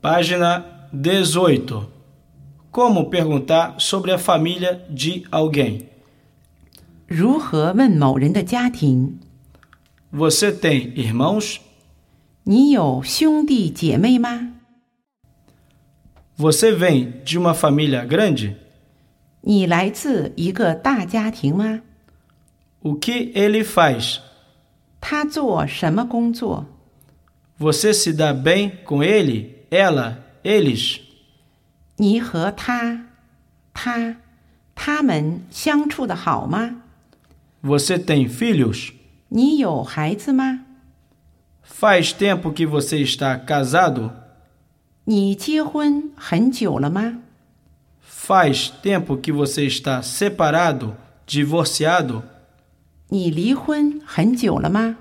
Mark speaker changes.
Speaker 1: Página 18. Como perguntar sobre a família de alguém?
Speaker 2: 如何问某人的家庭？
Speaker 1: Você tem irmãos?
Speaker 2: 你有兄弟姐妹吗？
Speaker 1: Você vem de uma família grande?
Speaker 2: 你来自一个大家庭吗？
Speaker 1: O que ele faz?
Speaker 2: 他做什么工作？
Speaker 1: Você se dá bem com ele, ela, eles?
Speaker 2: 你和他、他、他们相处的好吗？
Speaker 1: Você tem filhos?
Speaker 2: 你有孩子吗？
Speaker 1: Faz tempo que você está casado?
Speaker 2: 你结婚很久了吗？
Speaker 1: Faz tempo que você está separado, divorciado?
Speaker 2: 你离婚很久了吗？